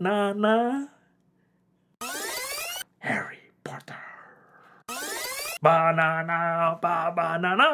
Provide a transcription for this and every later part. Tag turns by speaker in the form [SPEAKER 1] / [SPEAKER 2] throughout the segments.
[SPEAKER 1] Banana Harry Potter Banana ba banana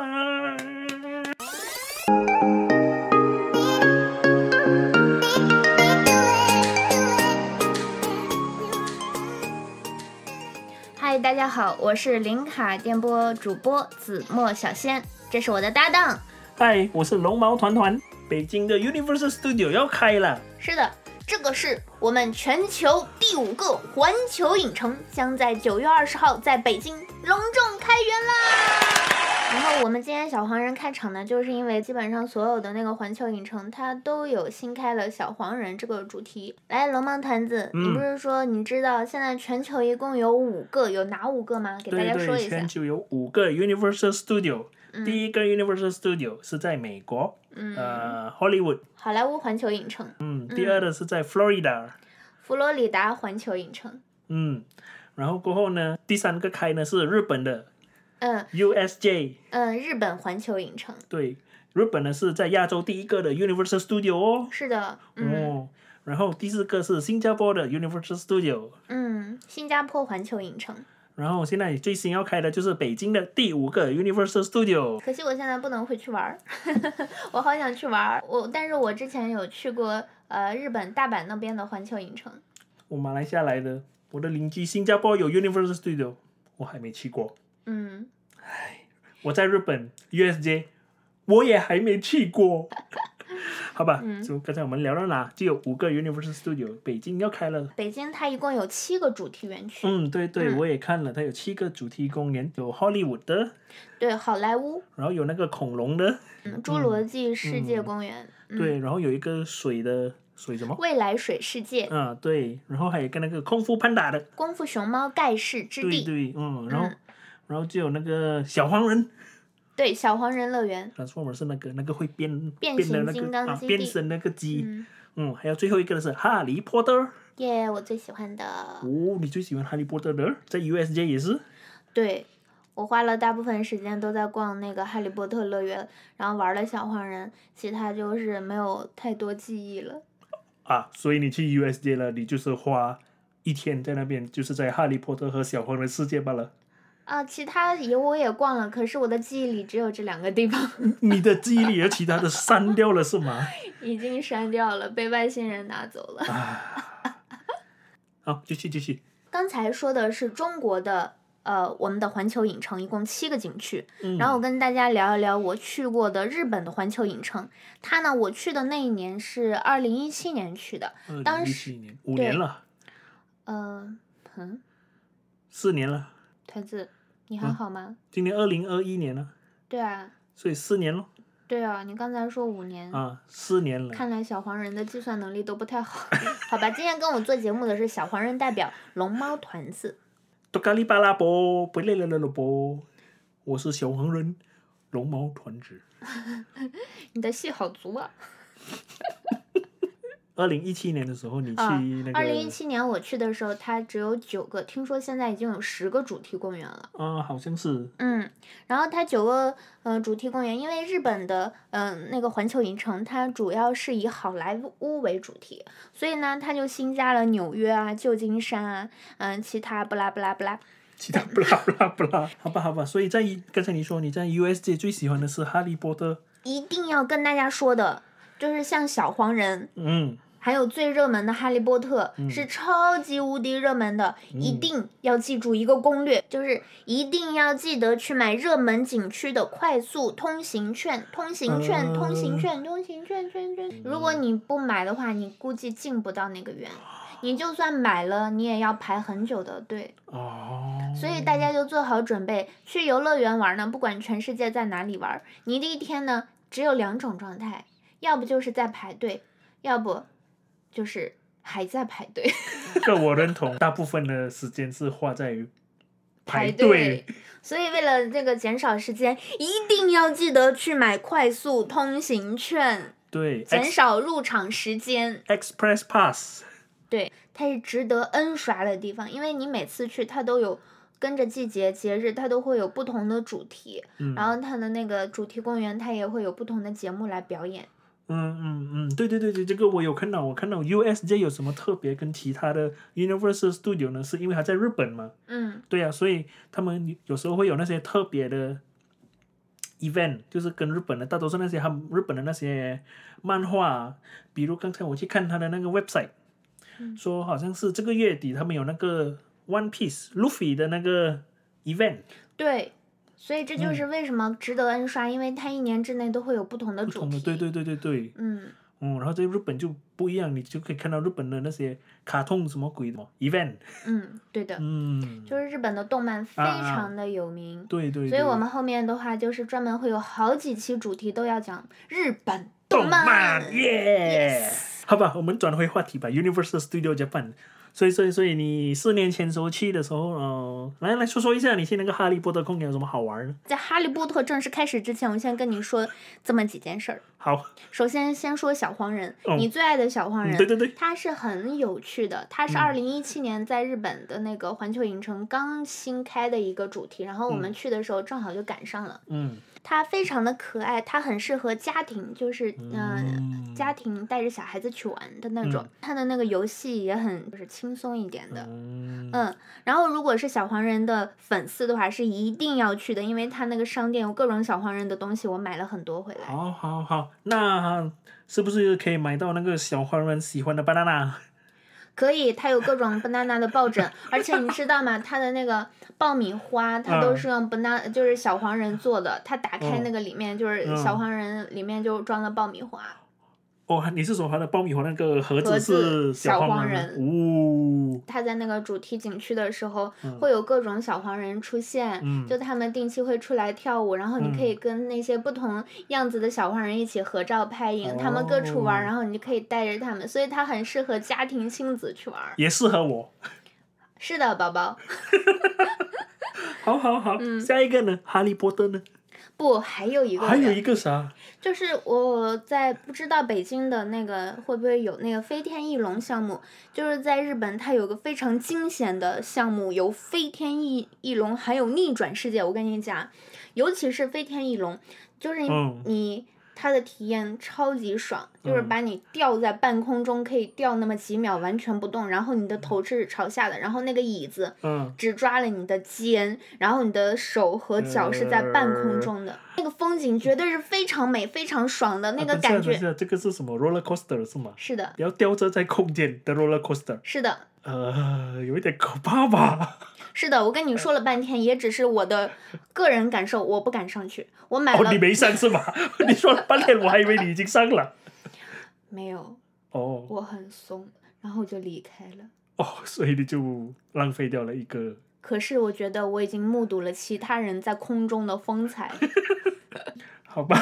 [SPEAKER 2] 嗨，大家好，我是零卡电波主播子墨小仙，这是我的搭档。
[SPEAKER 1] 嗨，我是龙毛团团。北京的 Universal Studio 要开了，
[SPEAKER 2] 是的，这个是我们全球第五个环球影城，将在九月二十号在北京隆重开园啦！然后我们今天小黄人开场呢，就是因为基本上所有的那个环球影城它都有新开了小黄人这个主题。来，龙芒团子，
[SPEAKER 1] 嗯
[SPEAKER 2] 你不是说你知道现在全球一共有五个，有哪五个吗？给大
[SPEAKER 1] 对
[SPEAKER 2] 家说
[SPEAKER 1] 对，
[SPEAKER 2] 一下
[SPEAKER 1] 全。球有五个 Universal Studio，、第一个 Universal Studio 是在美国，
[SPEAKER 2] 嗯，
[SPEAKER 1] 呃，Hollywood，
[SPEAKER 2] 好莱坞环球影城。
[SPEAKER 1] 嗯，第二的是在 Florida，
[SPEAKER 2] 佛罗里达环球影城。
[SPEAKER 1] 嗯，然后过后呢，第三个开呢是日本的
[SPEAKER 2] 嗯
[SPEAKER 1] USJ，
[SPEAKER 2] 嗯，日本环球影城
[SPEAKER 1] 对，日本呢是在亚洲第一个的 Universal Studio 哦，
[SPEAKER 2] 是的，嗯
[SPEAKER 1] 哦，然后第四个是新加坡的 Universal Studio，
[SPEAKER 2] 嗯，新加坡环球影城。
[SPEAKER 1] 然后现在最新要开的就是北京的第五个 Universal Studio，
[SPEAKER 2] 可惜我现在不能回去玩儿， 我好想去玩儿。我但是我之前有去过呃日本大阪那边的环球影城，
[SPEAKER 1] 我马来西亚来的，我的邻居新加坡有 Universal Studio，我还没去过，
[SPEAKER 2] 嗯，
[SPEAKER 1] 我在日本 USJ，我也还没去过。 好吧，
[SPEAKER 2] 嗯
[SPEAKER 1] 就刚才我们聊到哪，就有五个 Universal Studio，北京要开了。
[SPEAKER 2] 北京它一共有七个主题园区，
[SPEAKER 1] 嗯，对对，
[SPEAKER 2] 嗯
[SPEAKER 1] 我也看了，它有七个主题公园，有 Hollywood 的，
[SPEAKER 2] 对，好莱坞、
[SPEAKER 1] 然后有那个恐龙的，
[SPEAKER 2] 嗯、侏罗纪世界公园、嗯
[SPEAKER 1] 对，然后有一个水的水什么？
[SPEAKER 2] 未来水世界、
[SPEAKER 1] 啊，对，然后还有一个那个空腹潘达的，
[SPEAKER 2] 功夫熊猫盖世之
[SPEAKER 1] 对
[SPEAKER 2] 地，
[SPEAKER 1] 对，嗯，然后然后就有那个小黄人
[SPEAKER 2] 对小黄人乐园，
[SPEAKER 1] ，Transformer 是那个那个会变
[SPEAKER 2] 变
[SPEAKER 1] 的
[SPEAKER 2] 形
[SPEAKER 1] 那
[SPEAKER 2] 金
[SPEAKER 1] 个
[SPEAKER 2] 刚
[SPEAKER 1] 啊
[SPEAKER 2] 基
[SPEAKER 1] 变
[SPEAKER 2] 地
[SPEAKER 1] 身那个鸡，
[SPEAKER 2] 嗯，
[SPEAKER 1] 嗯，还有最后一个的是哈利波特。
[SPEAKER 2] 耶、我最喜欢的。
[SPEAKER 1] 哦，你最喜欢哈利波特的？在 USJ 也是？
[SPEAKER 2] 对，我花了大部分时间都在逛那个哈利波特乐园，然后玩了小黄人，其他就是没有太多记忆了。
[SPEAKER 1] 啊，所以你去 USJ 了，你就是花一天在那边，就是在哈利波特和小黄人世界罢了。
[SPEAKER 2] 啊，其他也我也逛了，可是我的记忆里只有这两个地方
[SPEAKER 1] 你的记忆力和其他的删掉了是吗？
[SPEAKER 2] 已经删掉了，被外星人拿走了。
[SPEAKER 1] 好，继续继续。
[SPEAKER 2] 刚才说的是中国的，呃，我们的环球影城一共七个景区，
[SPEAKER 1] 嗯
[SPEAKER 2] 然后我跟大家聊一聊我去过的日本的环球影城。它呢，我去的那一年是二零一七年去的，当时
[SPEAKER 1] 2017年五年了，
[SPEAKER 2] 呃，嗯，
[SPEAKER 1] 四年了，
[SPEAKER 2] 团子，你还好吗？
[SPEAKER 1] 今年二零二一年了，
[SPEAKER 2] 对啊，
[SPEAKER 1] 所以四年了
[SPEAKER 2] 对啊，你刚才说五年，
[SPEAKER 1] 啊，四年了。
[SPEAKER 2] 看来小黄人的计算能力都不太好。 好吧，今天跟我做节目的是小黄人代表龙猫团子。
[SPEAKER 1] 多咖喱巴拉波，不累了了了波，我是小黄人，龙毛团子。
[SPEAKER 2] 你的戏好足啊！
[SPEAKER 1] 二零一七年的时候，你去
[SPEAKER 2] 啊
[SPEAKER 1] 那个
[SPEAKER 2] 二零一七年我去的时候，它只有九个，听说现在已经有十个主题公园了。
[SPEAKER 1] 啊，好像是
[SPEAKER 2] 嗯，然后它九个呃主题公园，因为日本的嗯、呃那个环球影城，它主要是以好莱坞为主题，所以呢，它就新加了纽约啊、旧金山啊，嗯、其他不啦不啦不啦，
[SPEAKER 1] 其他不啦不啦不啦， 好吧好吧。所以在刚才你说你在 USJ 最喜欢的是哈利波特，
[SPEAKER 2] 一定要跟大家说的，就是像小黄人，
[SPEAKER 1] 嗯，
[SPEAKER 2] 还有最热门的《哈利波特》是超级无敌热门的，一定要记住一个攻略，就是一定要记得去买热门景区的快速通行券，通行券，
[SPEAKER 1] 嗯
[SPEAKER 2] 通行券，通行券，券券。如果你不买的话，你估计进不到那个园，你就算买了，你也要排很久的队。
[SPEAKER 1] 哦，
[SPEAKER 2] 所以大家就做好准备，去游乐园玩呢，不管全世界在哪里玩，你的一天呢只有两种状态，要不就是在排队，要不就是还在排队。
[SPEAKER 1] 这个我认同，大部分的时间是花在于 排
[SPEAKER 2] 队。所以为了这个减少时间，一定要记得去买快速通行券，
[SPEAKER 1] 对
[SPEAKER 2] 减
[SPEAKER 1] Ex-
[SPEAKER 2] 少入场时间。
[SPEAKER 1] Express Pass，
[SPEAKER 2] 对，它是值得 N 刷的地方，因为你每次去它都有跟着季节节日，它都会有不同的主题，
[SPEAKER 1] 嗯
[SPEAKER 2] 然后它的那个主题公园它也会有不同的节目来表演。
[SPEAKER 1] 嗯嗯嗯，对对对对，这个我有看到，我看到 USJ 有什么特别跟其他的 Universal Studio 呢？是因为它在日本嘛？
[SPEAKER 2] 嗯
[SPEAKER 1] 对呀、所以他们有时候会有那些特别的 event，就是跟日本的，大多数那些他们日本的那些漫画啊，比如刚才我去看他的那个 website，、
[SPEAKER 2] 嗯
[SPEAKER 1] 说好像是这个月底他们有那个 One Piece Luffy 的那个 event，
[SPEAKER 2] 对，所以这
[SPEAKER 1] 嗯
[SPEAKER 2] 就是为什么值得 N 刷，因为它一年之内都会有不同的
[SPEAKER 1] 不
[SPEAKER 2] 主
[SPEAKER 1] 同的，
[SPEAKER 2] 题。
[SPEAKER 1] 对对对对对，
[SPEAKER 2] 嗯，
[SPEAKER 1] 嗯，然后在日本就不一样，你就可以看到日本的那些卡通什么鬼的 event，
[SPEAKER 2] 嗯，对的，
[SPEAKER 1] 嗯，
[SPEAKER 2] 就是日本的动漫非
[SPEAKER 1] 啊啊
[SPEAKER 2] 常的有名。
[SPEAKER 1] 对对对，
[SPEAKER 2] 所以我们后面的话就是专门会有好几期主题都要讲日本
[SPEAKER 1] 动
[SPEAKER 2] 漫。
[SPEAKER 1] 漫耶好吧，我们转回话题吧。Universal Studio Japan，所以所以所以你四年前时候去的时候，呃，来来说说一下你去那个哈利波特公园有什么好玩呢？
[SPEAKER 2] 在《哈利波特》正式开始之前，我先跟你说这么几件事儿。
[SPEAKER 1] 好，
[SPEAKER 2] 首先，先说小黄人，
[SPEAKER 1] 嗯
[SPEAKER 2] 你最爱的小黄
[SPEAKER 1] 嗯
[SPEAKER 2] 人，
[SPEAKER 1] 对对对，
[SPEAKER 2] 它是很有趣的，它是二零一七年在日本的那个环球影城刚新开的一个主题，然后我们去的时候正好就赶上了。
[SPEAKER 1] 嗯
[SPEAKER 2] 它非常的可爱，它很适合家庭，就是嗯。
[SPEAKER 1] 嗯，
[SPEAKER 2] 家庭带着小孩子去玩的那种，它的那个游戏也很就是轻松一点的，
[SPEAKER 1] 嗯
[SPEAKER 2] 嗯，然后如果是小黄人的粉丝的话，是一定要去的，因为他那个商店有各种小黄人的东西，我买了很多回来。
[SPEAKER 1] 好好好，那是不是可以买到那个小黄人喜欢的 banana？
[SPEAKER 2] 可以，它有各种 banana 的抱枕，而且你知道吗？它的那个爆米花，它都
[SPEAKER 1] 嗯
[SPEAKER 2] 是用 banana，就是小黄人做的。它打开那
[SPEAKER 1] 嗯
[SPEAKER 2] 个里面，就是
[SPEAKER 1] 嗯
[SPEAKER 2] 小黄人里面就装了爆米花。
[SPEAKER 1] 哦，你是说它的爆米花那个盒
[SPEAKER 2] 盒
[SPEAKER 1] 子是
[SPEAKER 2] 子小
[SPEAKER 1] 黄
[SPEAKER 2] 黄
[SPEAKER 1] 人
[SPEAKER 2] 人
[SPEAKER 1] 啊？呜、
[SPEAKER 2] 它在那个主题景区的时候，
[SPEAKER 1] 嗯
[SPEAKER 2] 会有各种小黄人出现，
[SPEAKER 1] 嗯
[SPEAKER 2] 就他们定期会出来跳舞，然后你可以跟那些不同样子的小黄人一起合照拍影，他们各处玩儿，
[SPEAKER 1] 哦
[SPEAKER 2] 然后你就可以带着他们，所以它很适合家庭亲子去玩儿。
[SPEAKER 1] 也适合我。
[SPEAKER 2] 是的，宝宝，
[SPEAKER 1] 好好好，下一个呢？哈利波特呢？
[SPEAKER 2] 不，还有嗯一个
[SPEAKER 1] 还有
[SPEAKER 2] 人
[SPEAKER 1] 一个啥？
[SPEAKER 2] 就是我在不知道北京的那个会不会有那个飞天翼龙项目，就是在日本它有个非常惊险的项目，有飞天翼翼龙，还有逆转世界。我跟你讲，尤其是飞天翼龙，就是你、
[SPEAKER 1] 嗯
[SPEAKER 2] 你它的体验超级爽，就是
[SPEAKER 1] 嗯
[SPEAKER 2] 把你吊在半空中，可以吊那么几秒完全不动，然后你的头是朝下的，然后那个椅子。
[SPEAKER 1] 嗯，
[SPEAKER 2] 只抓了你的肩，然后你的手和脚是在半
[SPEAKER 1] 嗯
[SPEAKER 2] 空中的，那个风景绝对是非常美、非常爽的那个
[SPEAKER 1] 啊等
[SPEAKER 2] 感
[SPEAKER 1] 一下等一
[SPEAKER 2] 觉。
[SPEAKER 1] 下这个是什么 roller coaster 是吗？
[SPEAKER 2] 是的，
[SPEAKER 1] 不要吊着在空间 的 roller coaster，
[SPEAKER 2] 是的，
[SPEAKER 1] 呃，有一点可怕 吧？
[SPEAKER 2] 是的。我跟
[SPEAKER 1] 呃
[SPEAKER 2] 你说了半天，也只是 我的个人感受，我不敢上去。我买了、
[SPEAKER 1] 哦，你没上 是吧？你说了半天，我还以为你已经上了。
[SPEAKER 2] 没有？
[SPEAKER 1] 哦
[SPEAKER 2] 我很怂，然后就离开了。
[SPEAKER 1] 哦，所以你就浪费掉了一个。
[SPEAKER 2] 可是我觉得我已经目睹了其他人在空中的 风采。
[SPEAKER 1] 好 吧，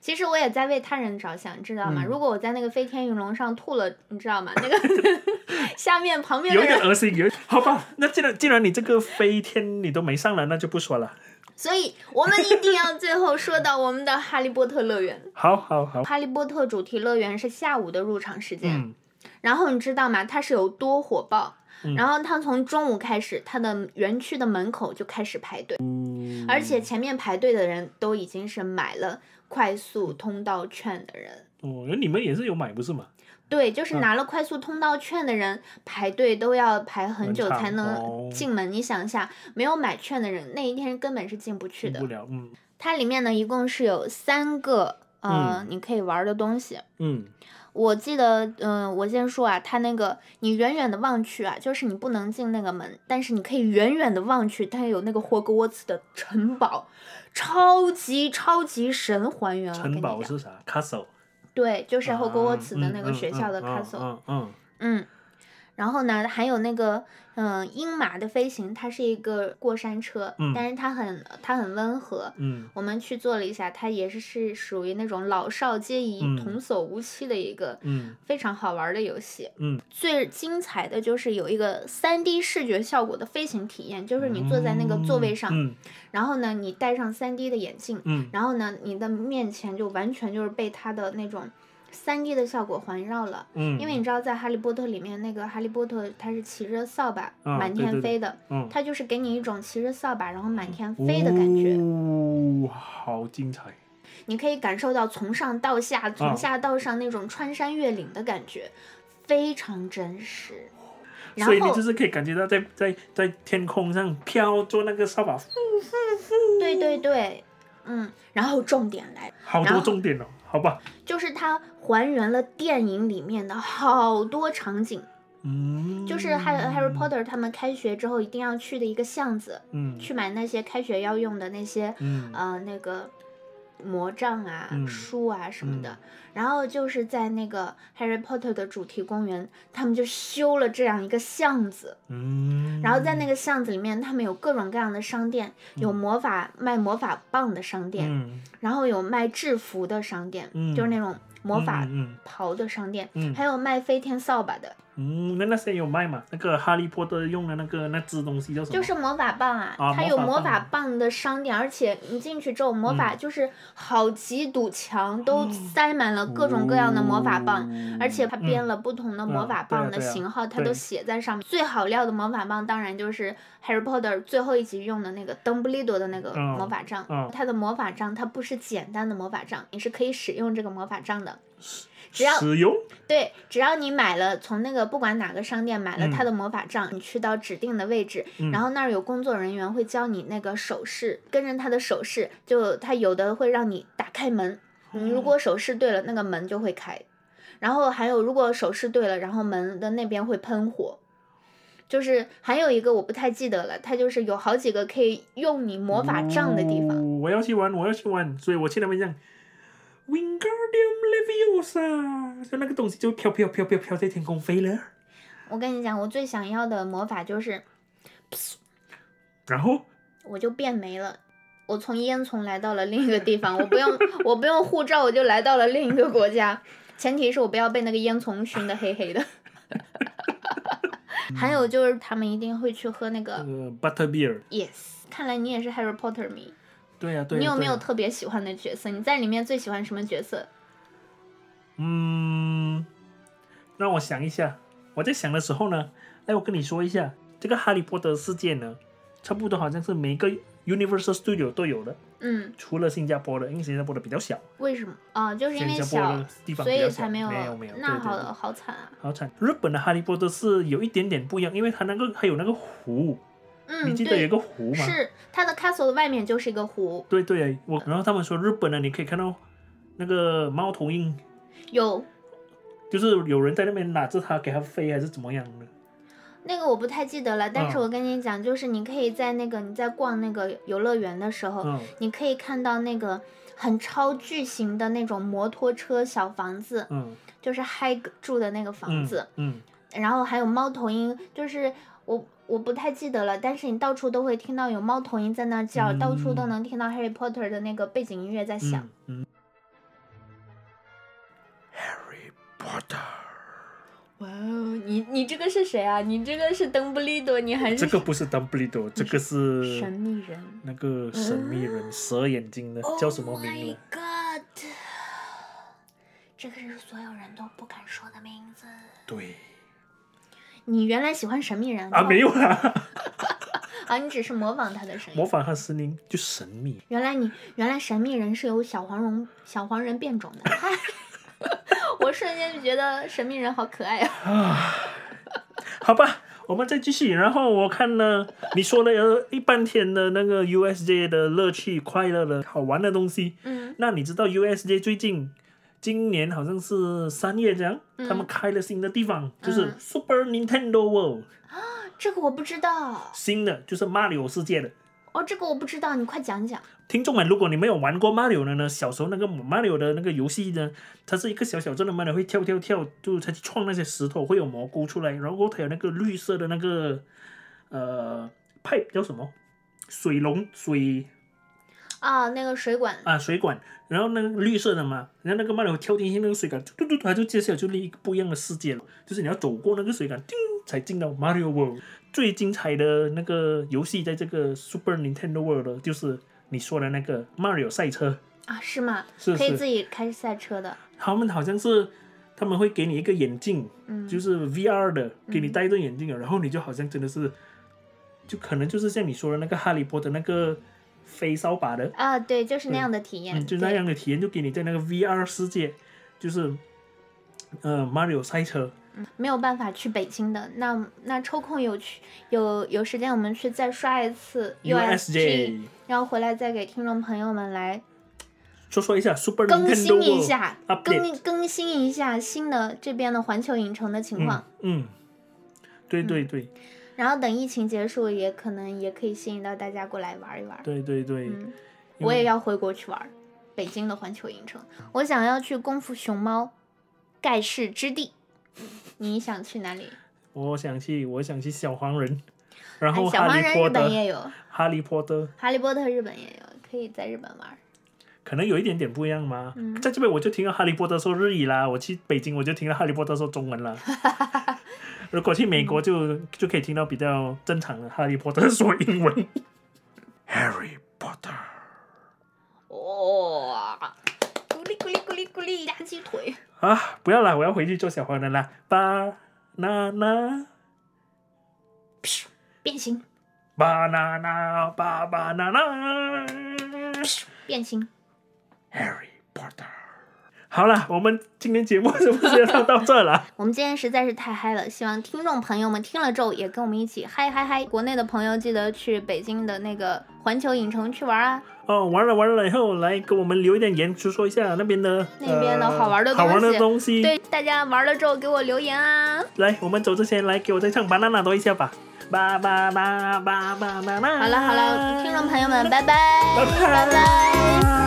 [SPEAKER 2] 其实我也在为他人着想，知道吗？
[SPEAKER 1] 嗯
[SPEAKER 2] 如果我在那个飞天云龙上吐了，你知道吗？那个 下面旁边
[SPEAKER 1] 有
[SPEAKER 2] 那
[SPEAKER 1] 点
[SPEAKER 2] 个
[SPEAKER 1] 恶心，有好吧。那既然既然你这个飞天你都没上来，那就不说了。
[SPEAKER 2] 所以我们一定要最后说到我们的哈利波特乐 园。
[SPEAKER 1] 好好好，
[SPEAKER 2] 哈利波特主题乐园是下午的入场时间，
[SPEAKER 1] 嗯
[SPEAKER 2] 然后你知道吗？它是有多火爆？
[SPEAKER 1] 嗯
[SPEAKER 2] 然后它从中午开始，它的园区的门口就开始排队，
[SPEAKER 1] 嗯，
[SPEAKER 2] 而且前面排队的人都已经是买了快速通道券的人。
[SPEAKER 1] 哦，你们也是有买不是吗？
[SPEAKER 2] 对，就是
[SPEAKER 1] 嗯
[SPEAKER 2] 拿了快速通道券的人、排队都要排很久
[SPEAKER 1] 很长
[SPEAKER 2] 才能
[SPEAKER 1] 哦
[SPEAKER 2] 进门。你想一下，没有买券的人那一天根本是进不去
[SPEAKER 1] 进
[SPEAKER 2] 的。
[SPEAKER 1] 不了，嗯
[SPEAKER 2] 它里面呢一共是有三个呃、你可以玩的东西。
[SPEAKER 1] 嗯
[SPEAKER 2] 我记得，嗯、我先说啊，它那个你远远的望去啊，就是你不能进那个门，但是你可以远远的望去，它有那个霍格沃茨的城堡，超级超级神还原。我啊跟
[SPEAKER 1] 城
[SPEAKER 2] 你
[SPEAKER 1] 堡
[SPEAKER 2] 讲，
[SPEAKER 1] 是啥？castle，
[SPEAKER 2] 对，就是霍格沃茨的
[SPEAKER 1] 啊
[SPEAKER 2] 那个学校的 castle，、
[SPEAKER 1] 嗯嗯嗯
[SPEAKER 2] 嗯，然后呢，还有那个嗯、鹰马的飞行，它是一个过山车，
[SPEAKER 1] 嗯
[SPEAKER 2] 但是它很它很温和。
[SPEAKER 1] 嗯
[SPEAKER 2] 我们去做了一下，它也是是属于那种老少皆宜、
[SPEAKER 1] 嗯
[SPEAKER 2] 童叟无欺的一个
[SPEAKER 1] 嗯
[SPEAKER 2] 非常好玩的游戏。
[SPEAKER 1] 嗯，
[SPEAKER 2] 最精彩的就是有一个3 D 视觉效果的飞行体验，就是你坐在那个座位上，
[SPEAKER 1] 嗯
[SPEAKER 2] 然后呢，你戴上3 D 的眼镜，
[SPEAKER 1] 嗯
[SPEAKER 2] 然后呢，你的面前就完全就是被它的那种3 D 的效果环绕了。
[SPEAKER 1] 嗯，
[SPEAKER 2] 因为你知道，在《哈利波特》里面，那个哈利波特他是骑着扫把、
[SPEAKER 1] 啊
[SPEAKER 2] 满
[SPEAKER 1] 对哦
[SPEAKER 2] 天
[SPEAKER 1] 对对
[SPEAKER 2] 飞的，
[SPEAKER 1] 嗯
[SPEAKER 2] 他就是给你一种骑着扫把然后满天飞的感觉。
[SPEAKER 1] 哦，好精彩！
[SPEAKER 2] 你可以感受到从上到下、
[SPEAKER 1] 啊
[SPEAKER 2] 从下到上那种穿山越岭的感觉，非常真实。然
[SPEAKER 1] 所以你
[SPEAKER 2] 后
[SPEAKER 1] 就，是可以感觉到在在在天空上飘，做那个扫把，
[SPEAKER 2] 对对对，嗯，然后重点来了
[SPEAKER 1] 好
[SPEAKER 2] 然
[SPEAKER 1] 多
[SPEAKER 2] 后
[SPEAKER 1] 重点哦，好吧，
[SPEAKER 2] 就是它还原了电影里面的好多场景，
[SPEAKER 1] 嗯，
[SPEAKER 2] 就是还有 Harry Potter 他们开学之后一定要去的一个巷子，
[SPEAKER 1] 嗯
[SPEAKER 2] 去买那些开学要用的那些
[SPEAKER 1] 嗯
[SPEAKER 2] 呃那个魔杖啊、
[SPEAKER 1] 嗯
[SPEAKER 2] 书啊什么的。
[SPEAKER 1] 嗯
[SPEAKER 2] 然后就是在那个 Harry Potter 的主题公园，他们就修了这样一个巷子，
[SPEAKER 1] 嗯，
[SPEAKER 2] 然后在那个巷子里面，他们有各种各样的商店，有魔法卖魔法棒的商店，
[SPEAKER 1] 嗯
[SPEAKER 2] 然后有卖制服的商店，
[SPEAKER 1] 嗯
[SPEAKER 2] 就是那种魔法
[SPEAKER 1] 嗯
[SPEAKER 2] 袍的商店，
[SPEAKER 1] 嗯
[SPEAKER 2] 还有卖飞天扫把的，
[SPEAKER 1] 嗯，嗯那那些有卖嘛？那个哈利波特用的那个那只东西叫什么？
[SPEAKER 2] 就是魔法棒啊，
[SPEAKER 1] 啊嗯
[SPEAKER 2] 它有
[SPEAKER 1] 魔
[SPEAKER 2] 魔
[SPEAKER 1] 法
[SPEAKER 2] 法
[SPEAKER 1] 棒
[SPEAKER 2] 棒的商店，而且你进去之后，魔法就是好几堵墙都塞满了各种各样的魔法棒。
[SPEAKER 1] 哦
[SPEAKER 2] 而且它编了不同的魔
[SPEAKER 1] 嗯
[SPEAKER 2] 法
[SPEAKER 1] 对啊
[SPEAKER 2] 棒的
[SPEAKER 1] 对啊
[SPEAKER 2] 型号，它都
[SPEAKER 1] 对
[SPEAKER 2] 写在上面。最好料的魔法棒当然就是 Harry Potter 最后一集用的那个邓布利多的那个
[SPEAKER 1] 嗯
[SPEAKER 2] 魔法杖
[SPEAKER 1] 嗯。
[SPEAKER 2] 它的魔法杖它不是简单的魔法杖，你是可以使用这个魔法杖的。只要
[SPEAKER 1] 使用
[SPEAKER 2] 对，只要你买了从那个不管哪个商店买了
[SPEAKER 1] 嗯
[SPEAKER 2] 它的魔法杖，你去到指定的位置，
[SPEAKER 1] 嗯
[SPEAKER 2] 然后那儿有工作人员会教你那个手势，跟着他的手势，就他有的会让你打开门，你
[SPEAKER 1] 哦
[SPEAKER 2] 如果手势对了，那个门就会开。然后还有，如果手势对了，然后门的那边会喷火。就是还有一个我不太记得了，它就是有好几个可以用你魔法杖的地方。
[SPEAKER 1] 哦我要去玩，我要去玩，所以我去那边这样。Wingardium Leviosa，就那个东西就飘飘飘飘飘在天空飞了，
[SPEAKER 2] 我跟你讲，我最想要的魔法就是
[SPEAKER 1] 然后
[SPEAKER 2] 我就变没了。我从烟囱来到了另一个地方，我不用我不用护照，我就来到了另一个国家，前提是我不要被那个烟囱熏得黑黑的。 还有就是他们一定会去喝那个
[SPEAKER 1] 呃，Butterbeer，
[SPEAKER 2] yes。看来你也是 Harry Potter 迷，
[SPEAKER 1] 对呀、对、呀啊
[SPEAKER 2] 你有没有
[SPEAKER 1] 对呀
[SPEAKER 2] 特别喜欢的角色？你在里面最喜欢什么角色？
[SPEAKER 1] 嗯，让我想一下。我在想的时候呢，哎，我跟你说一下，这个哈利波特事件呢，差不多好像是每个 Universal Studio 都有的，
[SPEAKER 2] 嗯，
[SPEAKER 1] 除了新加坡的，因为新加坡的比较小，
[SPEAKER 2] 为什么？啊、就是因
[SPEAKER 1] 新
[SPEAKER 2] 为
[SPEAKER 1] 加坡
[SPEAKER 2] 小
[SPEAKER 1] 的，地方
[SPEAKER 2] 所
[SPEAKER 1] 比较
[SPEAKER 2] 以
[SPEAKER 1] 小，
[SPEAKER 2] 才没
[SPEAKER 1] 没
[SPEAKER 2] 有。
[SPEAKER 1] 有没有，
[SPEAKER 2] 那
[SPEAKER 1] 对
[SPEAKER 2] 好
[SPEAKER 1] 对对
[SPEAKER 2] 好惨啊！
[SPEAKER 1] 好惨。日本的哈利波特是有一点点不一样，因为它那个还有那个湖，你
[SPEAKER 2] 嗯，
[SPEAKER 1] 记得有一
[SPEAKER 2] 对，
[SPEAKER 1] 个湖吗？
[SPEAKER 2] 是它的 castle 的外面就是一个湖，
[SPEAKER 1] 对对，我然后他们说日本的你可以看到那个猫头鹰，
[SPEAKER 2] 有
[SPEAKER 1] 就是有人在那边拿着它给它飞还是怎么样的。
[SPEAKER 2] 那个我不太记得了，但是
[SPEAKER 1] 嗯
[SPEAKER 2] 我跟你讲，就是你可以在那个你在逛那个游乐园的时候，
[SPEAKER 1] 嗯，
[SPEAKER 2] 你可以看到那个很超巨型的那种摩托车小房子，
[SPEAKER 1] 嗯，
[SPEAKER 2] 就是 Hag 住的那个
[SPEAKER 1] 嗯
[SPEAKER 2] 房子，，
[SPEAKER 1] 嗯，
[SPEAKER 2] 然后还有猫头鹰，就是我我不太记得了，但是你到处都会听到有猫头鹰在那叫，
[SPEAKER 1] 嗯
[SPEAKER 2] 到处都能听到 Harry Potter 的那个背景音乐在响。
[SPEAKER 1] 嗯。嗯 Harry Potter，
[SPEAKER 2] 哇哦，你你这个是谁啊？你这个是邓布利多，你还是
[SPEAKER 1] 哎这个不是 Dumbledore，这个
[SPEAKER 2] 哎神
[SPEAKER 1] 是
[SPEAKER 2] 秘人？
[SPEAKER 1] 那个神秘人蛇眼睛的，叫什么名
[SPEAKER 2] Oh my
[SPEAKER 1] 字？
[SPEAKER 2] God！这个是所有人都不敢说的名字。
[SPEAKER 1] 对
[SPEAKER 2] 你原来喜欢神秘人哦
[SPEAKER 1] 啊，没有啦，
[SPEAKER 2] 啊？你只是模仿他的声
[SPEAKER 1] 模
[SPEAKER 2] 音。
[SPEAKER 1] 仿他声音就神秘。
[SPEAKER 2] 原来你原来神秘人是由小黄人小黄人变种的。 我瞬间就觉得神秘人好可爱啊！
[SPEAKER 1] 好吧，我们再继续。然后我看呢，你说了有一半天的那个 USJ 的乐趣、快乐的好玩的东西。
[SPEAKER 2] 嗯，
[SPEAKER 1] 那你知道 USJ 最近今年好像是三月这样，他们开了新的地方，就是
[SPEAKER 2] 嗯
[SPEAKER 1] Super Nintendo World，
[SPEAKER 2] 这个我不知道
[SPEAKER 1] 新的就是马里奥世界的。
[SPEAKER 2] 哦，这个我不知道，你快讲讲。
[SPEAKER 1] 听众们，如果你没有玩过 Mario 的呢，小时候那个 Mario 的那个游戏呢，它是一个小小镇的 Mario 会跳跳跳，就它去撞那些石头，会有蘑菇出来，然后它有那个绿色的那个呃派叫什么水龙水
[SPEAKER 2] 啊，那个水管，
[SPEAKER 1] 啊水管，然后那个绿色的嘛，然后那个 Mario 跳进去那个水管，嘟嘟嘟，它就接下来就另一个不一样的世界了，就是你要走过那个水管，叮才进到 Mario World。最精彩的那个游戏在这个 Super Nintendo World 呢就是你说的那个 Mario 赛车。
[SPEAKER 2] 啊，是吗？
[SPEAKER 1] 是
[SPEAKER 2] 可以
[SPEAKER 1] 是
[SPEAKER 2] 自己开赛车的。
[SPEAKER 1] 他们好像是他们会给你一个眼镜，
[SPEAKER 2] 嗯
[SPEAKER 1] 就是 VR 的，给你戴一个眼镜，然后你就好像真的是，就可能就是像你说的那个哈利波特那个飞扫把的，
[SPEAKER 2] 啊，对，就是那样的体验，
[SPEAKER 1] 嗯，就那
[SPEAKER 2] 对
[SPEAKER 1] 样的体验，就给你在那个 VR 世界，就是呃 Mario 赛车，
[SPEAKER 2] 没有办法去北京的，那那抽空有去有有时间我们去再刷一次
[SPEAKER 1] USJ
[SPEAKER 2] 然后回来再给听众朋友们来
[SPEAKER 1] 说说一下 Super
[SPEAKER 2] 更
[SPEAKER 1] Nintendo
[SPEAKER 2] 新一
[SPEAKER 1] World
[SPEAKER 2] 下，
[SPEAKER 1] Update
[SPEAKER 2] 更更新一下新的这边的环球影城的情况。
[SPEAKER 1] 嗯，嗯，对对对、
[SPEAKER 2] 嗯然后等疫情结束，也可能也可以吸引到大家过来玩一玩。
[SPEAKER 1] 对对对，
[SPEAKER 2] 嗯，
[SPEAKER 1] 因
[SPEAKER 2] 我也
[SPEAKER 1] 为
[SPEAKER 2] 要回国去玩儿北京的环球影城，我想要去功夫熊猫盖世之地。你想去哪里？
[SPEAKER 1] 我想去，我想去小黄人，然
[SPEAKER 2] 哎
[SPEAKER 1] 后
[SPEAKER 2] 小
[SPEAKER 1] 哈
[SPEAKER 2] 黄
[SPEAKER 1] 利
[SPEAKER 2] 人
[SPEAKER 1] 波
[SPEAKER 2] 日
[SPEAKER 1] 特
[SPEAKER 2] 本，也有，
[SPEAKER 1] 哈利波特
[SPEAKER 2] 哈利波特日本也有，可以在日本玩儿。
[SPEAKER 1] 可能有一点点不一样嘛。
[SPEAKER 2] 嗯
[SPEAKER 1] 在这边我就听到哈利波特说日语啦，我去北京我就听到哈利波特说中文啦。如果去美国就就可以听到比较正常的哈利波特说英文。Harry Potter，
[SPEAKER 2] 哇、咕哩咕哩咕哩咕哩，一大鸡腿。
[SPEAKER 1] 啊，不要啦，我要回去做小黄人啦。banana
[SPEAKER 2] 变形，
[SPEAKER 1] banana ba banana。
[SPEAKER 2] 变形。
[SPEAKER 1] Harry Potter。好了，我们今天节目是不是要到到这了？
[SPEAKER 2] 我们今天实在是太嗨了，希望听众朋友们听了之后也跟我们一起嗨嗨嗨！国内的朋友记得去北京的那个环球影城去玩啊，
[SPEAKER 1] 哦，玩了玩了以后，来给我们留一点言，就说一下那边的
[SPEAKER 2] 那边的
[SPEAKER 1] 呃
[SPEAKER 2] 好玩的
[SPEAKER 1] 好玩
[SPEAKER 2] 东
[SPEAKER 1] 的
[SPEAKER 2] 西
[SPEAKER 1] 东西。
[SPEAKER 2] 对，大家玩了之后给我留言啊！
[SPEAKER 1] 来，我们走之前来给我再唱《巴娜娜》多一下 吧。巴巴巴巴巴娜娜。
[SPEAKER 2] 嗯好了好了，听众朋友们，拜拜，
[SPEAKER 1] 拜拜
[SPEAKER 2] 拜拜